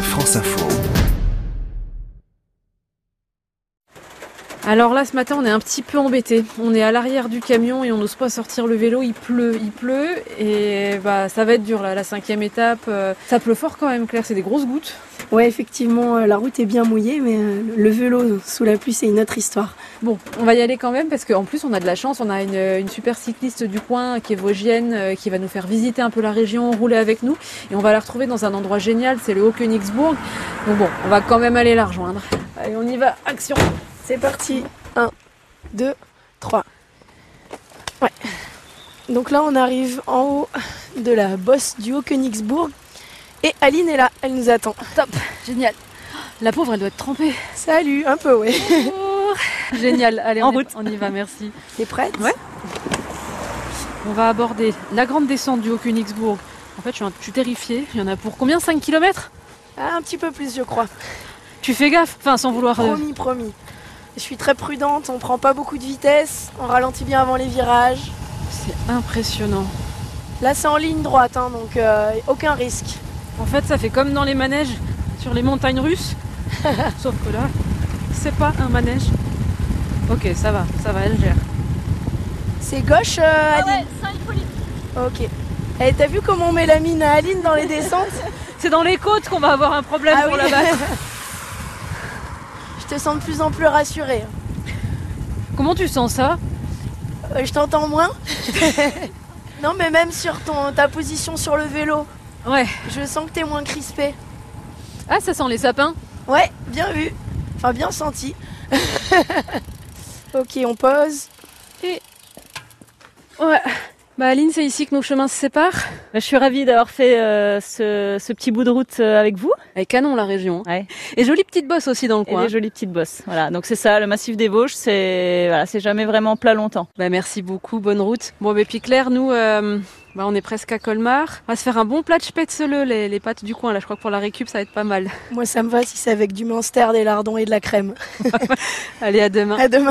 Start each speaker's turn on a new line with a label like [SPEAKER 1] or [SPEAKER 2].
[SPEAKER 1] France Info.
[SPEAKER 2] Alors là, ce matin, on est un petit peu embêté. On est à l'arrière du camion et on n'ose pas sortir le vélo. Il pleut, il pleut et bah ça va être dur là. La cinquième étape, euh, ça pleut fort quand même, Claire. C'est des grosses gouttes.
[SPEAKER 3] Ouais, effectivement, euh, la route est bien mouillée, mais euh, le vélo sous la pluie, c'est une autre histoire.
[SPEAKER 2] Bon, on va y aller quand même parce qu'en plus on a de la chance, on a une, une super cycliste du coin qui est vosgienne, euh, qui va nous faire visiter un peu la région, rouler avec nous et on va la retrouver dans un endroit génial, c'est le Haut-Königsbourg. Donc bon, on va quand même aller la rejoindre. Allez, on y va, action
[SPEAKER 3] C'est parti 1, 2, 3. Ouais. Donc là, on arrive en haut de la bosse du Haut-Königsbourg. Et Aline est là, elle nous attend.
[SPEAKER 2] Top, génial La pauvre, elle doit être trempée
[SPEAKER 3] Salut, un peu, ouais.
[SPEAKER 2] Génial, allez,
[SPEAKER 3] En
[SPEAKER 2] on, est-
[SPEAKER 3] route.
[SPEAKER 2] on y va, merci.
[SPEAKER 3] T'es prête
[SPEAKER 2] Ouais. On va aborder la grande descente du Haut-Königsbourg. En fait, je suis, un- je suis terrifiée. Il y en a pour combien 5 km
[SPEAKER 3] Ah, Un petit peu plus, je crois.
[SPEAKER 2] Tu fais gaffe Enfin, sans vouloir... euh,
[SPEAKER 3] Promis, promis. Je suis très prudente, on prend pas beaucoup de vitesse, on ralentit bien avant les virages.
[SPEAKER 2] C'est impressionnant.
[SPEAKER 3] Là, c'est en ligne droite, hein, donc euh, aucun risque.
[SPEAKER 2] En fait, ça fait comme dans les manèges sur les montagnes russes. Sauf que là, c'est pas un manège. Ok, ça va, ça va, elle gère.
[SPEAKER 3] C'est gauche, euh, Aline Ok. Et t'as vu comment on met la mine à Aline dans les descentes
[SPEAKER 2] C'est dans les côtes qu'on va avoir un problème
[SPEAKER 3] Ah
[SPEAKER 2] pour
[SPEAKER 3] oui.
[SPEAKER 2] la battre.
[SPEAKER 3] Je te sens de plus en plus rassurée.
[SPEAKER 2] Comment tu sens ça
[SPEAKER 3] Euh, je t'entends moins Non, mais même sur ton, ta position sur le vélo,
[SPEAKER 2] Ouais.
[SPEAKER 3] je sens que t'es moins crispée.
[SPEAKER 2] Ah, ça sent les sapins.
[SPEAKER 3] Ouais, bien vu. Enfin, bien senti. ok, on pose.
[SPEAKER 2] Ouais. Bah Aline, c'est ici que nos chemins se séparent.
[SPEAKER 4] Je suis ravie d'avoir fait euh, ce, ce petit bout de route euh, avec vous
[SPEAKER 2] Et canon la région. hein.
[SPEAKER 4] Ouais.
[SPEAKER 2] Et jolie petite bosse aussi dans le
[SPEAKER 4] et
[SPEAKER 2] coin.
[SPEAKER 4] les jolies petites bosses. Voilà, donc c'est ça, le massif des Vosges, c'est voilà, c'est jamais vraiment plat longtemps.
[SPEAKER 2] Bah merci beaucoup, bonne route. Bon, bah, puis Claire, nous, euh, bah, on est presque à Colmar. On va se faire un bon plat de spätzle, les, les pâtes du coin. Là, je crois que pour la récup, ça va être pas mal.
[SPEAKER 3] Moi, ça me va si c'est avec du Munster, des lardons et de la crème.
[SPEAKER 2] Allez, à demain.
[SPEAKER 3] À demain.